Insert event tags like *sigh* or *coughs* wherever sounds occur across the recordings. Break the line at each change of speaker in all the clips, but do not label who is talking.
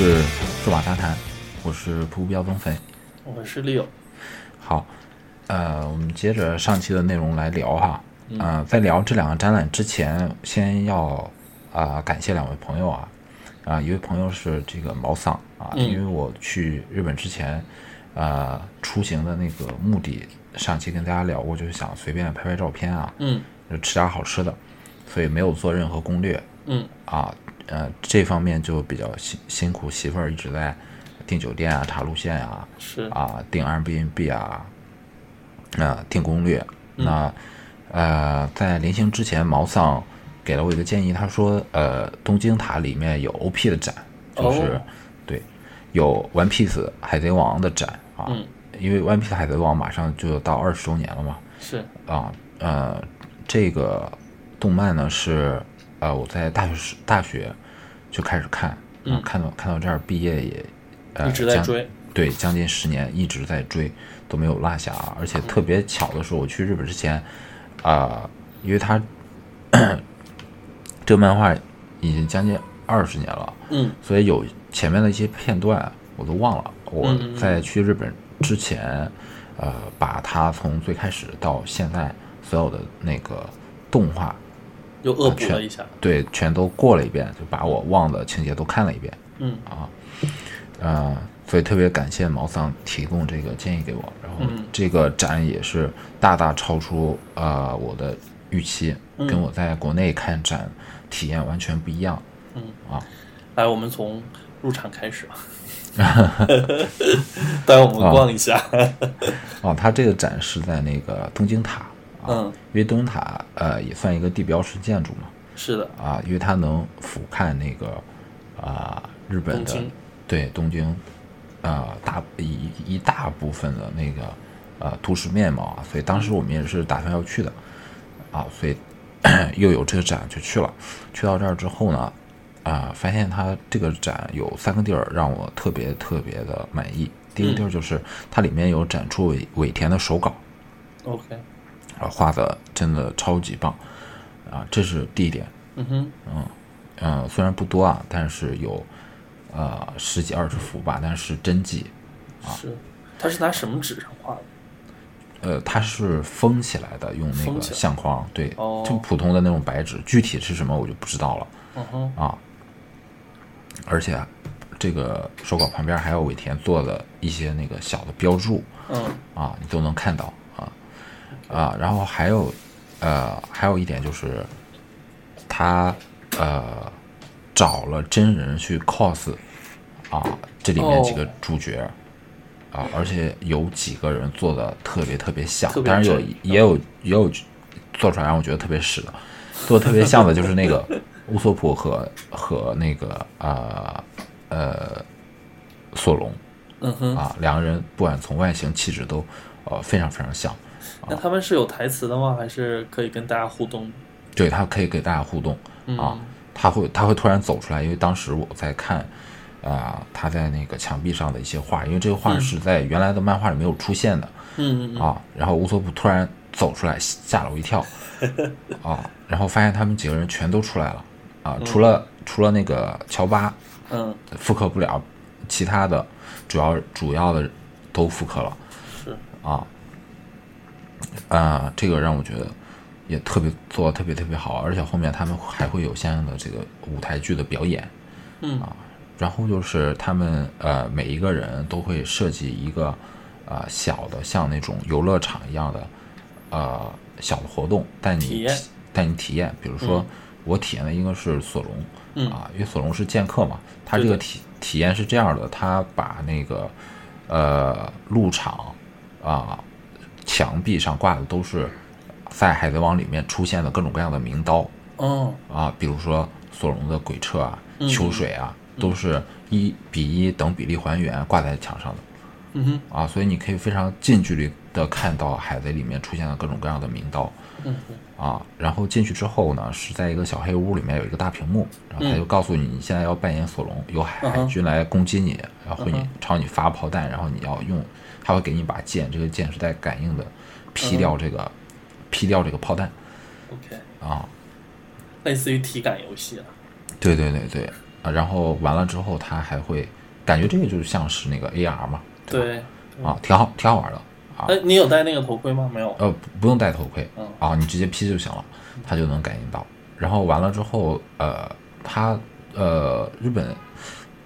斯瓦杂谈，我是瀑布标东飞。
我是 Leo，
好，呃，我们接着上期的内容来聊哈。呃，在聊这两个展览之前，先要啊、感谢两位朋友啊，啊、一位朋友是这个毛桑啊，
嗯
因为我去日本之前，呃，出行的那个目的，上期跟大家聊过，就是想随便拍拍照片啊，
嗯
就吃点好吃的，所以没有做任何攻略
嗯
啊，呃，这方面就比较辛辛苦媳妇儿一直在订酒店啊、查路线啊，
是
啊，定 Airbnb 啊，啊，定攻略。
嗯
那呃，在临行之前，毛桑给了我一个建议，他说，呃，东京塔里面有 OP 的展，就是、
哦
对，有 One Piece 海贼王的展啊，
嗯
因为 One Piece 海贼王马上就要到二十周年了嘛，
是
啊，呃，这个动漫呢是呃我在大学时大学就开始看，啊
嗯
看到看到这儿毕业也呃
一直在
将
追
对，将近十年一直在追，都没有落下啊。而且
嗯
特别巧的是，我去日本之前，啊、因为它 *coughs* 这个漫画已经将近二十年了，
嗯
所以有前面的一些片段我都忘了。我
嗯嗯嗯
在去日本之前，呃，把它从最开始到现在所有的那个动画，
又恶补了一下，
对，全都过了一遍，就把我忘的情节都看了一遍。
嗯
呃，所以特别感谢毛桑提供这个建议给我。然后
嗯
这个展也是大大超出呃我的预期，
嗯
跟我在国内看展体验完全不一样。
嗯
啊，
来我们从入场开 *laughs* 始吧，带我们逛一下，
哦，它这个展是在那个东京塔啊，
嗯
因为东京塔呃也算一个地标式建筑嘛
是的，
啊，因为它能俯瞰那个啊、日本
东
的
京
对东京呃大一一大部分的那个呃都市面貌啊，所以当时我们也是打算要去的啊，所以 *coughs* 又有这个展就去了。去到这儿之后呢，啊、发现它这个展有三个地儿让我特别特别的满意。第一个地
嗯
儿就是它里面有展出尾尾田的手稿，
，OK，
啊，画的真的超级棒啊，这是第一点。
嗯哼，
嗯，虽然不多啊，但是有呃十几二十幅吧，但是真迹。
是，他是拿什么纸上画的？
呃，它是封起来的，用那
封
个
起来
相框，对，
哦
就普通的那种白纸，具体是什么我就不知道了
嗯哼，
啊。而且这个手稿旁边还有尾田做的一些那个小的标注
嗯
啊，你都能看到啊啊。然后还有呃，还有一点就是他呃找了真人去 cos 啊，这里面几个
哦
主角。啊，而且有几个人做的特别特别像
特，别
当然有
真嗯
也有也有做出来让我觉得特别屎的，做的特别像的就是
*laughs*
那个乌索普和和那个呃呃索隆
嗯哼，
啊，两个人不管从外形气质都呃非常非常像，
那他们是有台词的吗？还是可以跟大家互动？
对他可以给大家互动，啊
嗯，
他会他会突然走出来，因为当时我在看，啊、他在那个墙壁上的一些画，因为这个画
嗯
是在原来的漫画里没有出现的，
嗯嗯嗯，
啊，然后乌索普突然走出来，吓了我一
*laughs*
跳，啊，然后发现他们几个人全都出来了，啊，除了、除了那个乔巴
嗯
复刻不了，其他的主要主要的都复刻了，
是，
啊，啊，这个让我觉得也特别做的特别特别好，而且后面他们还会有相应的这个舞台剧的表演，
嗯
然后就是他们呃每一个人都会设计一个呃小的像那种游乐场一样的呃小的活动，带你
体验
体带你体验。比如说、我体验的应该是索隆，
嗯
啊，因为索隆是剑客嘛，他
对
这个
的
体体验是这样的，他把那个呃入场啊、墙壁上挂的都是在海贼王里面出现的各种各样的名刀，
哦，
啊，比如说索隆的鬼彻啊、
嗯
秋水啊，都是一比一等比例还原挂在墙上的
嗯哼，
啊，所以你可以非常近距离的看到海贼里面出现的各种各样的名刀
嗯哼，
啊。然后进去之后呢，是在一个小黑屋里面有一个大屏幕，然后他
嗯
就告诉你，你现在要扮演索隆，有海
嗯
海
哼
军来攻击你，然后会你
嗯哼
朝你发炮弹，然后你要用，他会给你一把剑，这个剑是带感应的，
嗯
劈掉这个劈掉这个炮弹
OK，
啊。
类似于体感游戏了。
对对对对，啊，然后完了之后，他还会感觉这个就是像是那个 AR 嘛，
对，
啊，挺好，挺好玩的啊。
哎，你有戴那个头盔吗？没有。
呃，不不用戴头盔
嗯
啊，你直接 P 就行了，它就能感应到。然后完了之后，呃，它呃日本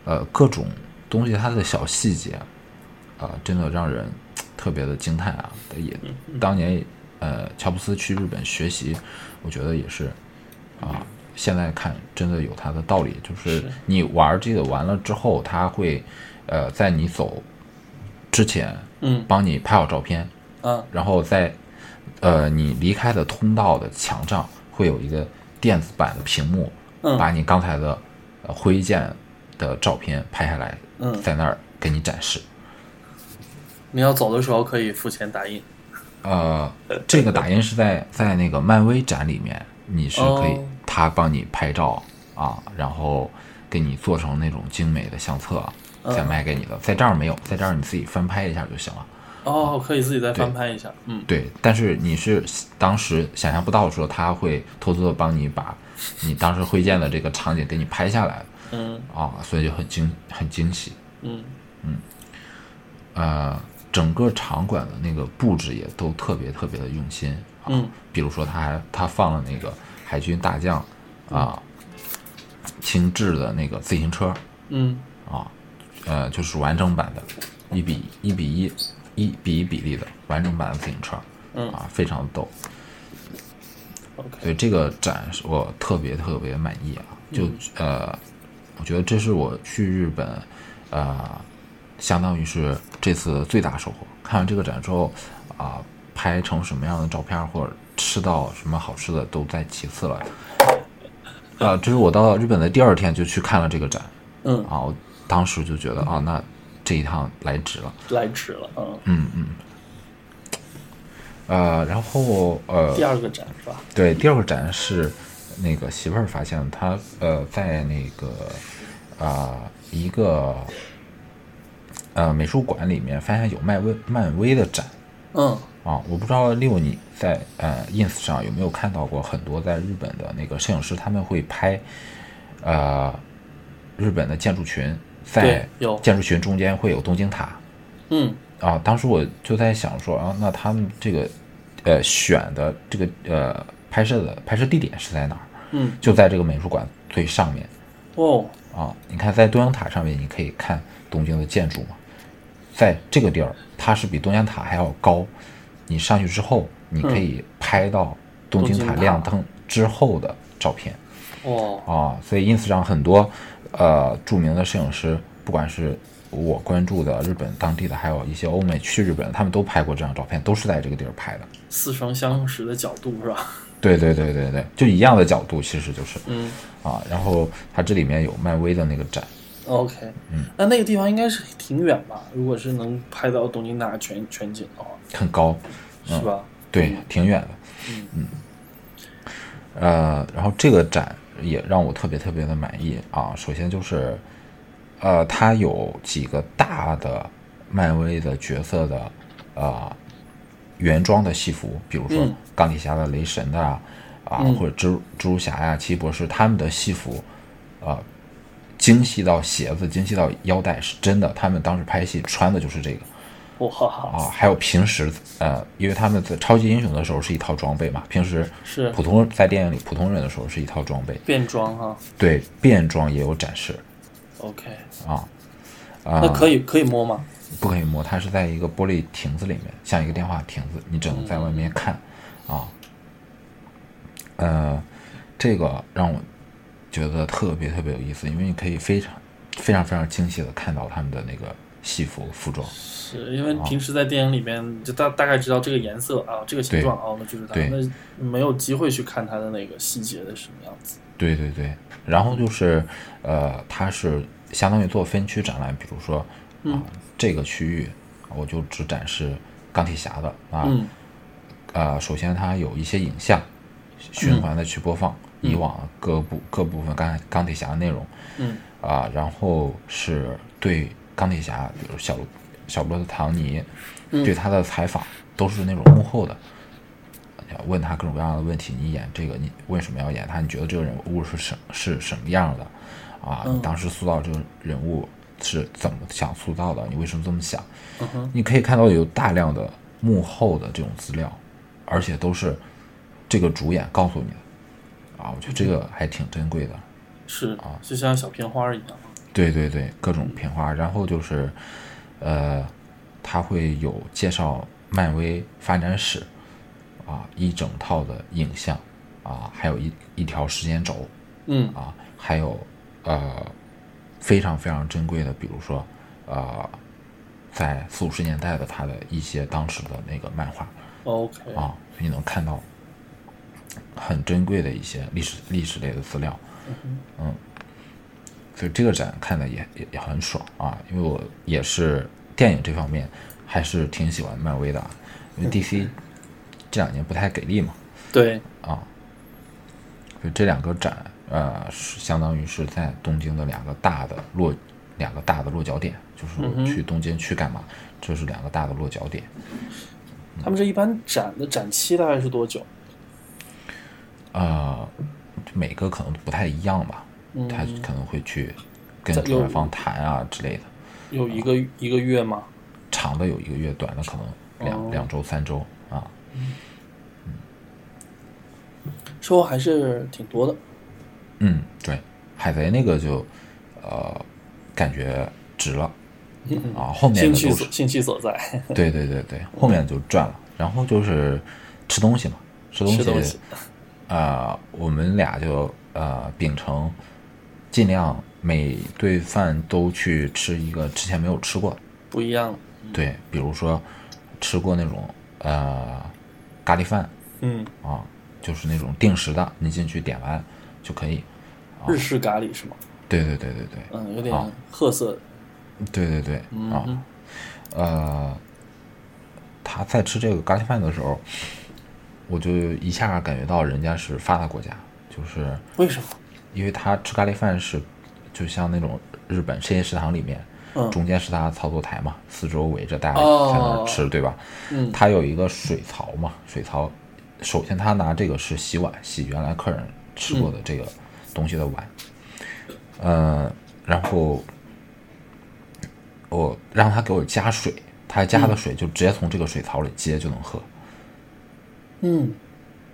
呃各种东西它的小细节啊、真的让人特别的惊叹啊！也当年呃乔布斯去日本学习，我觉得也是啊。现在看真的有它的道理，就是
是
你玩这个完了之后，它会呃在你走之前
嗯
帮你拍好照片，
啊
然后在呃你离开的通道的墙上会有一个电子版的屏幕，
嗯
把你刚才的呃挥剑的照片拍下来，
嗯，
在那儿给你展示。
你要走的时候可以付钱打印。
呃，这个打印是在在那个漫威展里面，你是可以
哦
他帮你拍照啊，然后给你做成那种精美的相册，
嗯
再卖给你的。在这儿没有，在这儿你自己翻拍一下就行了。
哦，可以自己再翻拍一下。嗯，
对，但是你是当时想象不到说他会偷偷的帮你把你当时挥剑的这个场景给你拍下来
嗯
啊，所以就很惊很惊喜。
嗯
呃，整个场馆的那个布置也都特别特别的用心啊，
嗯
比如说他还他放了那个海军大将啊亲制的那个自行车
嗯
啊，呃，就是完整版的，一比一比一一比一比例的完整版的自行车
嗯
啊，非常逗。
，OK，
所以这个展是我特别特别满意啊，就、
嗯
呃，我觉得这是我去日本，呃，相当于是这次最大收获。看完这个展之后，啊、拍成什么样的照片或者吃到什么好吃的都在其次了。呃，这是我到日本的第二天就去看了这个展
嗯，
啊，我当时就觉得啊，那这一趟来值了。
来迟了。嗯，
呃，然后呃，
第二个展是吧？
对，第二个展是那个媳妇儿发现她呃在那个啊、一个呃美术馆里面发现有漫威漫威的展
嗯，
啊，我不知道六你在呃 ins 上有没有看到过很多在日本的那个摄影师他们会拍呃日本的建筑群，在
对有
建筑群中间会有东京塔，
嗯
啊，当时我就在想说啊，那他们这个呃选的这个呃拍摄的拍摄地点是在哪儿？
嗯，
就在这个美术馆最上面
哦，
啊。你看，在东阳塔上面，你可以看东京的建筑嘛。在这个地儿，它是比东阳塔还要高。你上去之后，你可以拍到嗯东京
东京
塔
塔
亮灯之后的照片。
哦，
啊，所以 ins 上很多呃著名的摄影师，不管是我关注的日本当地的，还有一些欧美去日本，他们都拍过这张照片，都是在这个地儿拍的。
似曾相识的角度是吧？
对对对对对，就一样的角度，其实就是
嗯
啊。然后它这里面有漫威的那个展，
，OK，那那个地方应该是挺远吧？如果是能拍到东京塔全全景的话，
很高，
是吧？
对，挺远的。
嗯
嗯，呃，然后这个展也让我特别特别的满意啊。首先就是，呃，它有几个大的漫威的角色的呃原装的戏服，比如说
嗯
钢铁侠的雷神的啊，啊
嗯
或者蜘蛛蜘蛛侠呀、奇异博士他们的戏服，啊、精细到鞋子，精细到腰带，是真的。他们当时拍戏穿的就是这个。
哇，
啊，还有平时呃，因为他们在超级英雄的时候是一套装备嘛，平时
是
普通在电影里普通人的时候是一套装备，
变装哈、
对变装也有展示
OK，
啊，
那可以可以摸吗？
不可以摸，它是在一个玻璃亭子里面，像一个电话亭子，你只能在外面看啊。呃，这个让我觉得特别特别有意思，因为你可以非常非常非常精细的看到他们的那个戏服服装，
是因为
啊
平时在电影里面就大大概知道这个颜色啊，这个形状啊，那就是它，
对
那没有机会去看它的那个细节的什么样子。
对对对，然后就是呃，它是相当于做分区展览，比如说啊、这个区域我就只展示钢铁侠的啊，
嗯
呃，首先它有一些影像循环的去播放、以往各部各部分钢钢铁侠的内容
嗯
啊、然后是对钢铁侠，比如小罗小罗伯特唐尼、对他的采访都是那种幕后的。问他各种各样的问题，你演这个，你为什么要演他？你觉得这个人物是什是什么样的？啊，你当时塑造这个人物是怎么想塑造的，你为什么这么想？
嗯哼，
你可以看到有大量的幕后的这种资料，而且都是这个主演告诉你的啊，我觉得这个还挺珍贵的。
是
啊，
就像小片花一样。
对对对，各种片花，然后就是，呃，他会有介绍漫威发展史，啊，一整套的影像，啊，还有一一条时间轴，
嗯
啊，还有呃非常非常珍贵的，比如说呃，在四五十年代的他的一些当时的那个漫画
哦，OK，
啊，你能看到很珍贵的一些历史历史类的资料，嗯，所以这个展看的也也也很爽啊，因为我也是电影这方面还是挺喜欢漫威的啊，因为 DC
嗯
这两年不太给力嘛，
对，
啊，所以这两个展，呃，是相当于是在东京的两个大的落，两个大的落脚点，就是
嗯
我
哼
去东京去干嘛，这是两个大的落脚点。嗯
他们这一般展的展期大概是多久？
呃，每个可能不太一样吧，
嗯，
他可能会去跟
在
主办
有
方谈啊之类的，
有一
啊
个一个月吗？
长的有一个月，短的可能两、
哦
两周、三周啊。
收获还是挺多的。
嗯，对，海贼那个就，呃，感觉值了啊，后面的
嗯兴趣
都
所
是。
兴趣所在，
对对对对，后面就赚了。然后就是吃东西嘛，吃东
吃东
西
西，
啊、我们俩就呃秉承尽量每顿饭都去吃一个之前没有吃过的，
不一样。
对，比如说吃过那种呃咖喱饭
嗯，
啊，就是那种定时的，你进去点完就可以。
日式咖喱是吗？
对对对对对，
嗯，有点
啊
褐色。
对对对，啊，
嗯，
呃，他在吃这个咖喱饭的时候，我就一下感觉到人家是发达国家，就是
为什么？
因为他吃咖喱饭是就像那种日本深夜食堂里面
嗯
中间是他的操作台嘛，四周围着大家在
哦
那儿吃，对吧？
嗯
他有一个水槽嘛，水槽首先他拿这个是洗碗，洗原来客人吃过的
嗯
这个东西的碗，呃，然后我让他给我加水，他加的水就直接从这个水槽里接就能喝，
嗯，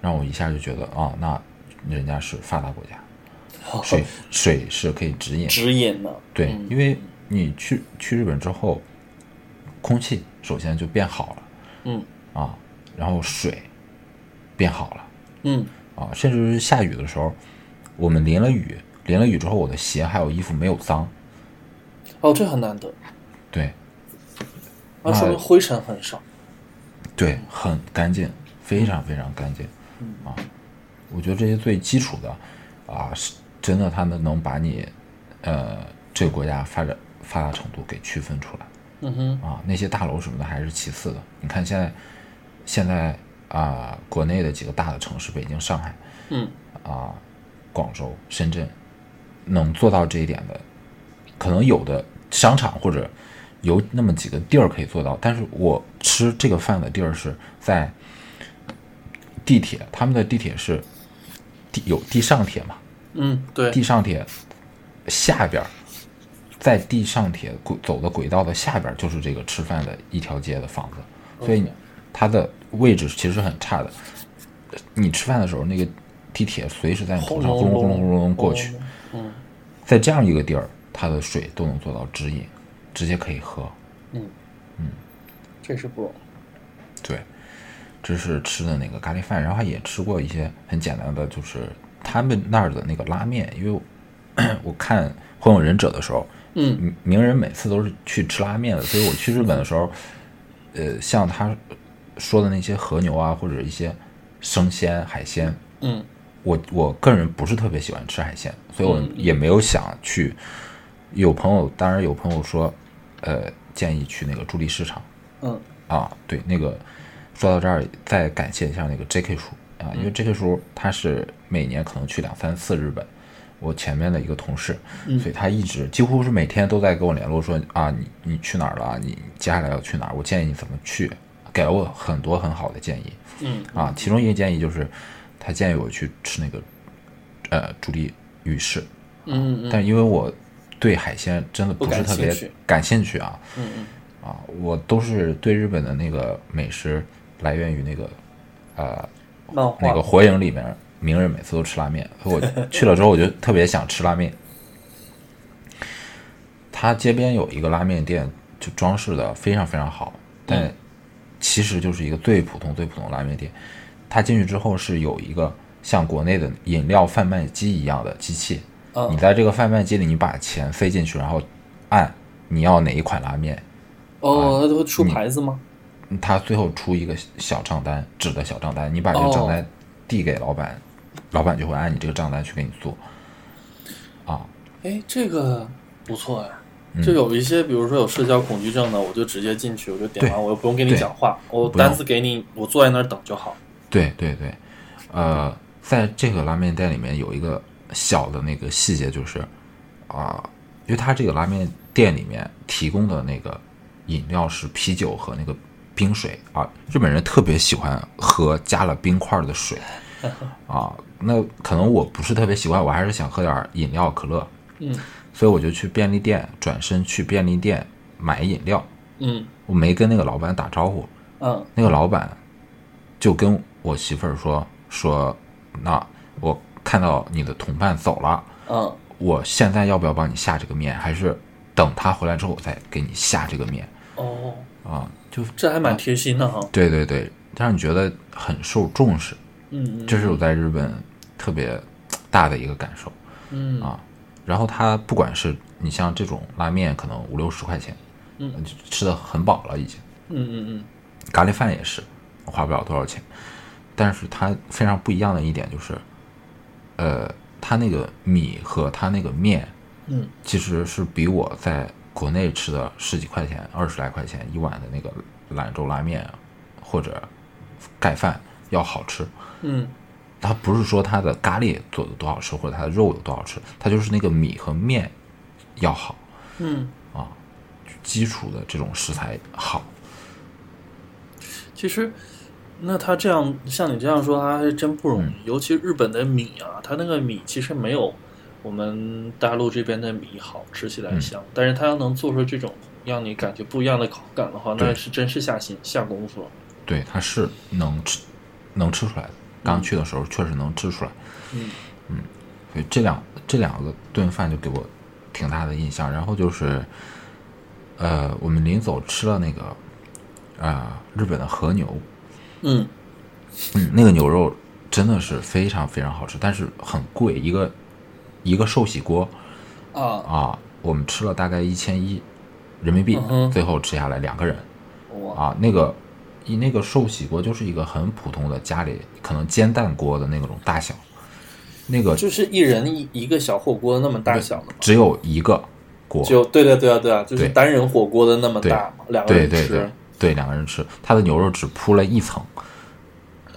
让我一下就觉得啊，那人家是发达国家，
*laughs*
水水是可以直饮，
指引呢？
对，因为你去去日本之后，空气首先就变好
嗯
了啊，然后水变好了。
嗯，
啊，甚至是下雨的时候，我们淋了雨，淋了雨之后，我的鞋还有衣服没有脏，
哦，这很难得，
对
那说明灰尘很少。
对，很干净，非常非常干净，啊，我觉得这些最基础的，啊，是真的，它们能把你，呃，这个国家发展发达程度给区分出来。
嗯哼，
啊，那些大楼什么的还是其次的。你看现在，现在啊、国内的几个大的城市，北京、上海，
嗯，
啊、广州、深圳，能做到这一点的，可能有的商场或者有那么几个地儿可以做到，但是我吃这个饭的地儿是在地铁，他们的地铁是地有地上铁嘛，
嗯，对，
地上铁下边儿，在地上铁轨走的轨道的下边儿就是这个吃饭的一条街的房子，所以它的位置其实很差的。你吃饭的时候，那个地铁随时在你头上轰隆轰隆轰隆过去。
嗯
在这样一个地儿，它的水都能做到直饮，直接可以喝。
嗯嗯，这是不容易。
对，这是吃的那个咖喱饭，然后也吃过一些很简单的，就是他们那儿的那个拉面，因为我我看《火影忍者》的时候，
嗯
名，鸣人每次都是去吃拉面的，所以我去日本的时候，呃，像他说的那些和牛啊，或者一些生鲜海鲜，
嗯
我我个人不是特别喜欢吃海鲜，所以我也没有想去。有朋友，当然有朋友说，呃，建议去那个助力市场，
嗯
啊，对，那个说到这儿，再感谢一下那个 J.K. 叔啊，
嗯
因为 J.K. 叔他是每年可能去两三次日本，我前面的一个同事，
嗯
所以他一直几乎是每天都在跟我联络说啊，你你去哪儿了？啊你接下来要去哪儿？我建议你怎么去，给了我很多很好的建议
嗯
啊。其中一个建议就是，他建议我去吃那个呃朱棣鱼翅，
嗯嗯
但因为我对海鲜真的不是
不感
特
兴
别
趣
感兴趣啊
嗯嗯，
啊，我都是对日本的那个美食来源于那个呃
漫画
那个火影里面鸣人每次都吃拉面，所以我去了之后我就特别想吃拉面。他街边有一个拉面店，就装饰的非常非常好，但其实就是一个最普通最普通的拉面店。他进去之后是有一个像国内的饮料贩卖机一样的机器，你
嗯，
在这个贩卖机里，你把钱塞进去，然后按你要哪一款拉面，啊
哦，那都会出
嗯
牌子吗？
他最后出一个小账单，纸的小账单，你把这个账单递给老板，老板就会按你这个账单去给你做。啊，
哎，这个不错哎。
嗯
就有一些，比如说有社交恐惧症的，我就直接进去，我就点完，我又不用跟你
对
讲话，我
不用
单子给你，我坐在那儿等就好。
对对对，呃，在这个拉面店里面有一个小的那个细节就是，啊、因为它这个拉面店里面提供的那个饮料是啤酒和那个冰水啊，日本人特别喜欢喝加了冰块的水啊，那可能我不是特别习惯，我还是想喝点儿饮料可乐，
嗯
所以我就去便利店，转身去便利店买饮料，
嗯
我没跟那个老板打招呼，
嗯，
那个老板就跟我媳妇儿说说，那我看到你的同伴走了，
嗯，
我现在要不要帮你下这个面，还是等他回来之后我再给你下这个面
哦，
啊？就
这还蛮贴心的哈。
对对对，让你觉得很受重视，
嗯嗯
这是我在日本特别大的一个感受。
嗯
啊，然后它不管是你像这种拉面，可能五六十块钱，
嗯
呃，就吃的很饱了已经。
嗯嗯
咖喱饭也是，花不了多少钱。但是它非常不一样的一点就是，呃，它那个米和它那个面
嗯
其实是比我在国内吃的十几块钱、二十来块钱一碗的那个兰州拉面啊或者盖饭要好吃。
嗯嗯，
它不是说它的咖喱做的多好吃，或者它的肉有多好吃，它就是那个米和面要好，
嗯，
基础的这种食材好。
其实，那他这样像你这样说，他还真不容易。尤其日本的米啊，他那个米其实没有我们大陆这边的米好，吃起来
嗯
香。但是他要能做出这种让你感觉不一样的口感的话，
对
那是真是下心下功夫了。
对，它是能吃，能吃出来的。刚去的时候确实能吃出来，
嗯
所以这两这两个顿饭就给我挺大的印象。然后就是，呃，我们临走吃了那个啊、日本的和牛，
嗯
嗯，那个牛肉真的是非常非常好吃，但是很贵，一个一个寿喜锅
啊，
啊，我们吃了大概一千一人民币
嗯，哼
最后吃下来两个人
哇，
啊，那个一那个寿喜锅就是一个很普通的家里可能煎蛋锅的那种大小，那个
就是一人一一个小火锅那么大小的嘛。
只有一个锅，
就对对对啊对啊，就是
对
单人火锅的那么大嘛，两个
对
人
对
吃。
对对，两个人吃，它的牛肉只铺了一层，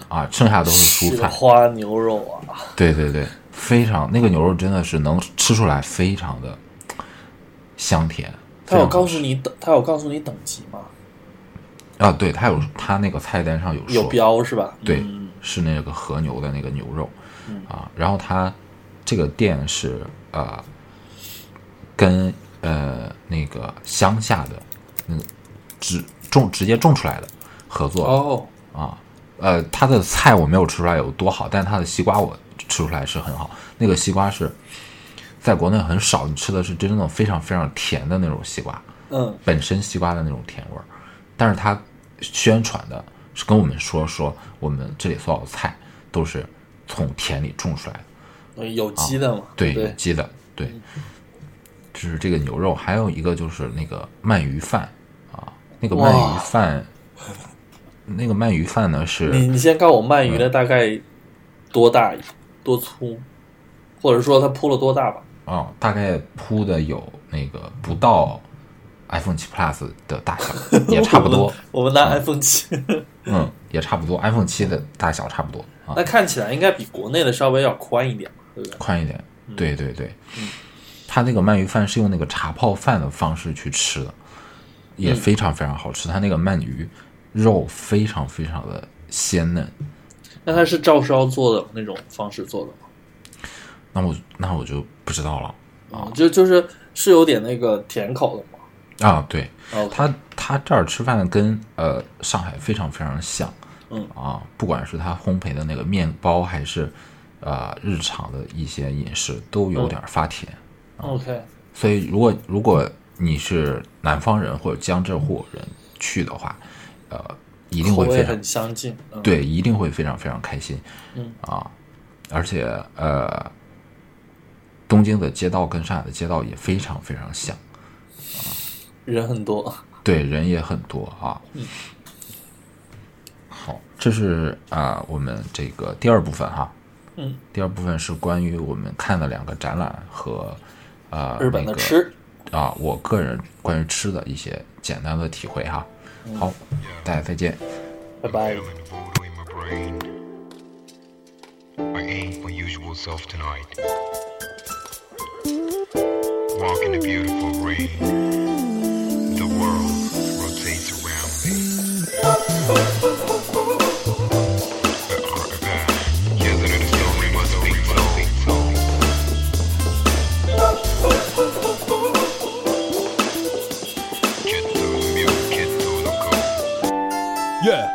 啊，剩下都是蔬
雪
菜，
花牛肉啊，
对对对，非常那个牛肉真的是能吃出来，非常的香甜。
他
非
有
常好
告诉你等，他有告诉你等级吗？
啊，对，它有它那个菜单上有
有
说，
标是吧？
对
嗯，
是那个和牛的那个牛肉
嗯，
啊，然后它这个店是呃，跟呃那个乡下的那个直种直接种出来的合作的
哦，
啊，呃，它的菜我没有吃出来有多好，但它的西瓜我吃出来是很好。那个西瓜是在国内很少，你吃的是真正非常非常甜的那种西瓜，
嗯
本身西瓜的那种甜味儿。但是它宣传的是跟我们说说我们这里所有的菜都是从田里种出来的，
呃有机的嘛，
啊对，有
对，
机的，对。就是这个牛肉，还有一个就是那个鳗鱼饭啊，那个鳗
哇
鱼饭，那个鳗鱼饭呢是
你你先告诉我鳗鱼
嗯
的大概多大、多粗，或者说它铺了多大吧？
啊、大概铺的有那个不到 iPhone 七 Plus 的大小，
*laughs*
也差不多，
我们拿
啊
iPhone 七， *laughs*
嗯，也差不多，iPhone 七的大小差不多啊，
那看起来应该比国内的稍微要宽一点嘛，对不对？
宽一点，对对对，它那个鳗鱼饭是用那个茶泡饭的方式去吃的，也非常非常好吃，它那个鳗鱼肉非常非常的鲜嫩，
那它是照烧做的那种方式做的吗？
那我那我就不知道了，
啊、就就是是有点那个甜口的吗？
啊，对，
哦，
他他这儿吃饭跟呃上海非常非常像，
嗯
啊，不管是他烘焙的那个面包，还是呃日常的一些饮食，都有点发甜。
哦 OK，
所以如果如果你是南方人或者江浙沪人去的话，呃，一定
口
会
味
非常
很相近。嗯，
对，一定会非常非常开心。
嗯
啊，而且呃，东京的街道跟上海的街道也非常非常像。
人很多。
对，人也很多啊。嗯。好，这是啊、我们这个第二部分哈。
嗯，
第二部分是关于我们看的两个展览和啊、
日本的吃，
那个啊、我个人关于吃的一些简单的体会哈。好，大家再见。
拜拜。
Feeling the voodoo in my brain. I ain't my usual self tonight. Walking the beautiful rain. The world rotates around me. Yesterday the story was a big flow. Get to the music, get to the code.
Yeah.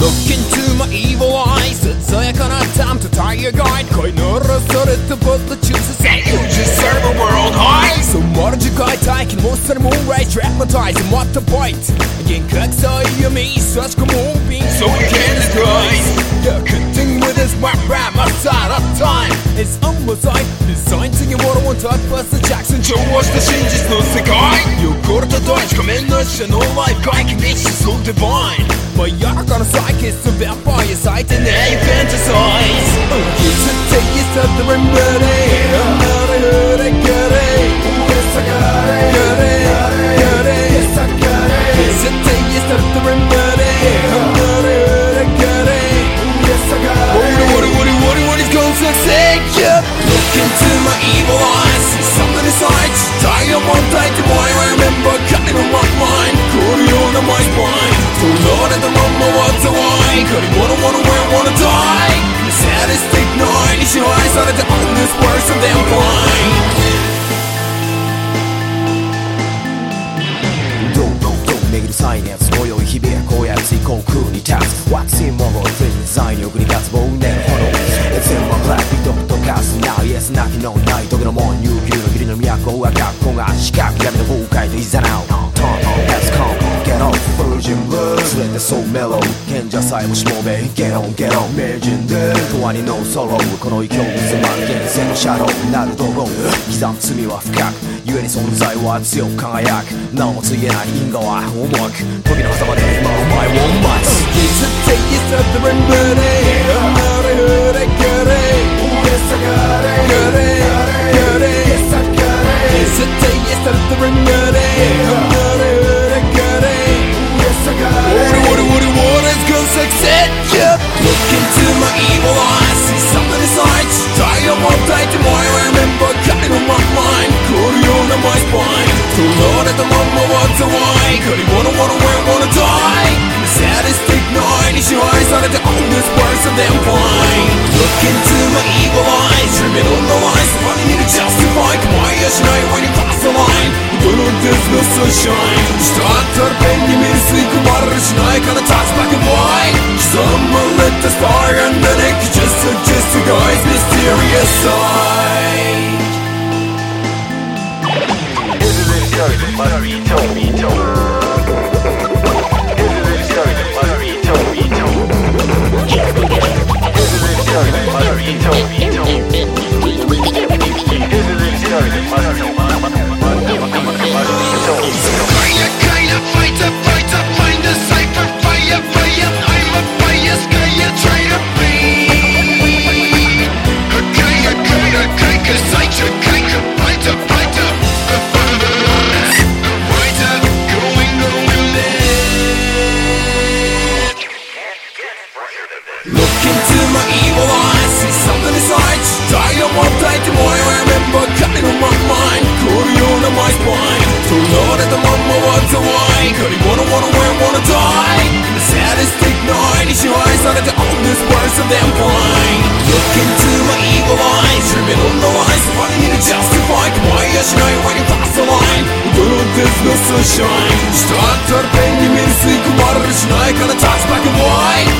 Look into my evil eyes. It's like a time to tie your guide. Quite nervous, started to put the choices. Say you just serve a world high. So what did you guy take? Most of the moon rays traumatize and what the bite. Again, cooks are you me, such a moving. So we can disguise. Yeah, cutting with his web ram outside of time. It's almost like designed to get what I want to bust the Jackson. Show us the changes, no sekai. You go to the Dutch, come in, us, and all life guy conditions so divine. My yark on a psychic to vampire sight and they fantasize. Oh, kiss and take you to the rim, buddy. Got it, got it, got it. Yes, I got it, got it, got it. Yes, I got it. Kiss and take you to the rim, buddy. Got it, got it. Yes, I got it. What, what, what, what, what is going to take you? Look into my evil eyes. See something inside. Die on one day to boy. I remember cutting on my mind. Glory on my spine. So Lord at the moment, what do I? Could you wanna, wanna, where, wanna die? The saddest big night. Is your eyes on it? The honest words of them blind. Go, go, go 巡るサイネス今宵日々はこうやつ航空に立つ惑星もろいフィルム残欲に勝つ忘年炎 It's in my black ビトンとかすな Yes なきのない時の門悠久の霧の都は学校が四角闇の崩壊と誘う Turn on, let's come, get on Virgin blood 連れて so mellow 賢者さえもしもべ Get on, get on, Virgin blood 永遠に no sorrow この勢い渦巻く現世のシャドウなるドロー刻む罪は深く故に存在は強く輝くなおもつ言えない因果は重く時の狭間で今お前を待つ It's a take you to the ring but it Not a hood I got it Yes I got it Got it Got it Yes I got it It's a take you to the ring but it Not a hood I got it Yes I got it What what what what is gonna succeed yeah Look into my evil eyes See something inside Die on one day tomorrow Remember cutting on my mind Glory on my spine To Lord at the moment what do I Could you wanna wanna where wanna die The Sadistic night is your eyes on it The honest words of them blind Look into my evil eyes Dreaming on the lies What I need to justify Come on yes now when you cross the line You don't there's no sunshine Start to bend your mirror Sleep and water is night Gonna touch black and white Someone lit the star And then it could just suggest a guy's mysterious side Look into my evil eyes, see something inside. Die on one day tomorrow, I remember cutting on my mind. Glory on my spine. To Lord at the moment, what do I? Could you wanna, wanna, where, wanna die? The sadistic night is your eyes, not at the honest words of them blind. Look into my evil eyes, dreaming on the lies, wanting you to justify. Why I should know when you There's no sunshine Strand torpen, you mean sleep, water is night, gonna touch back a boy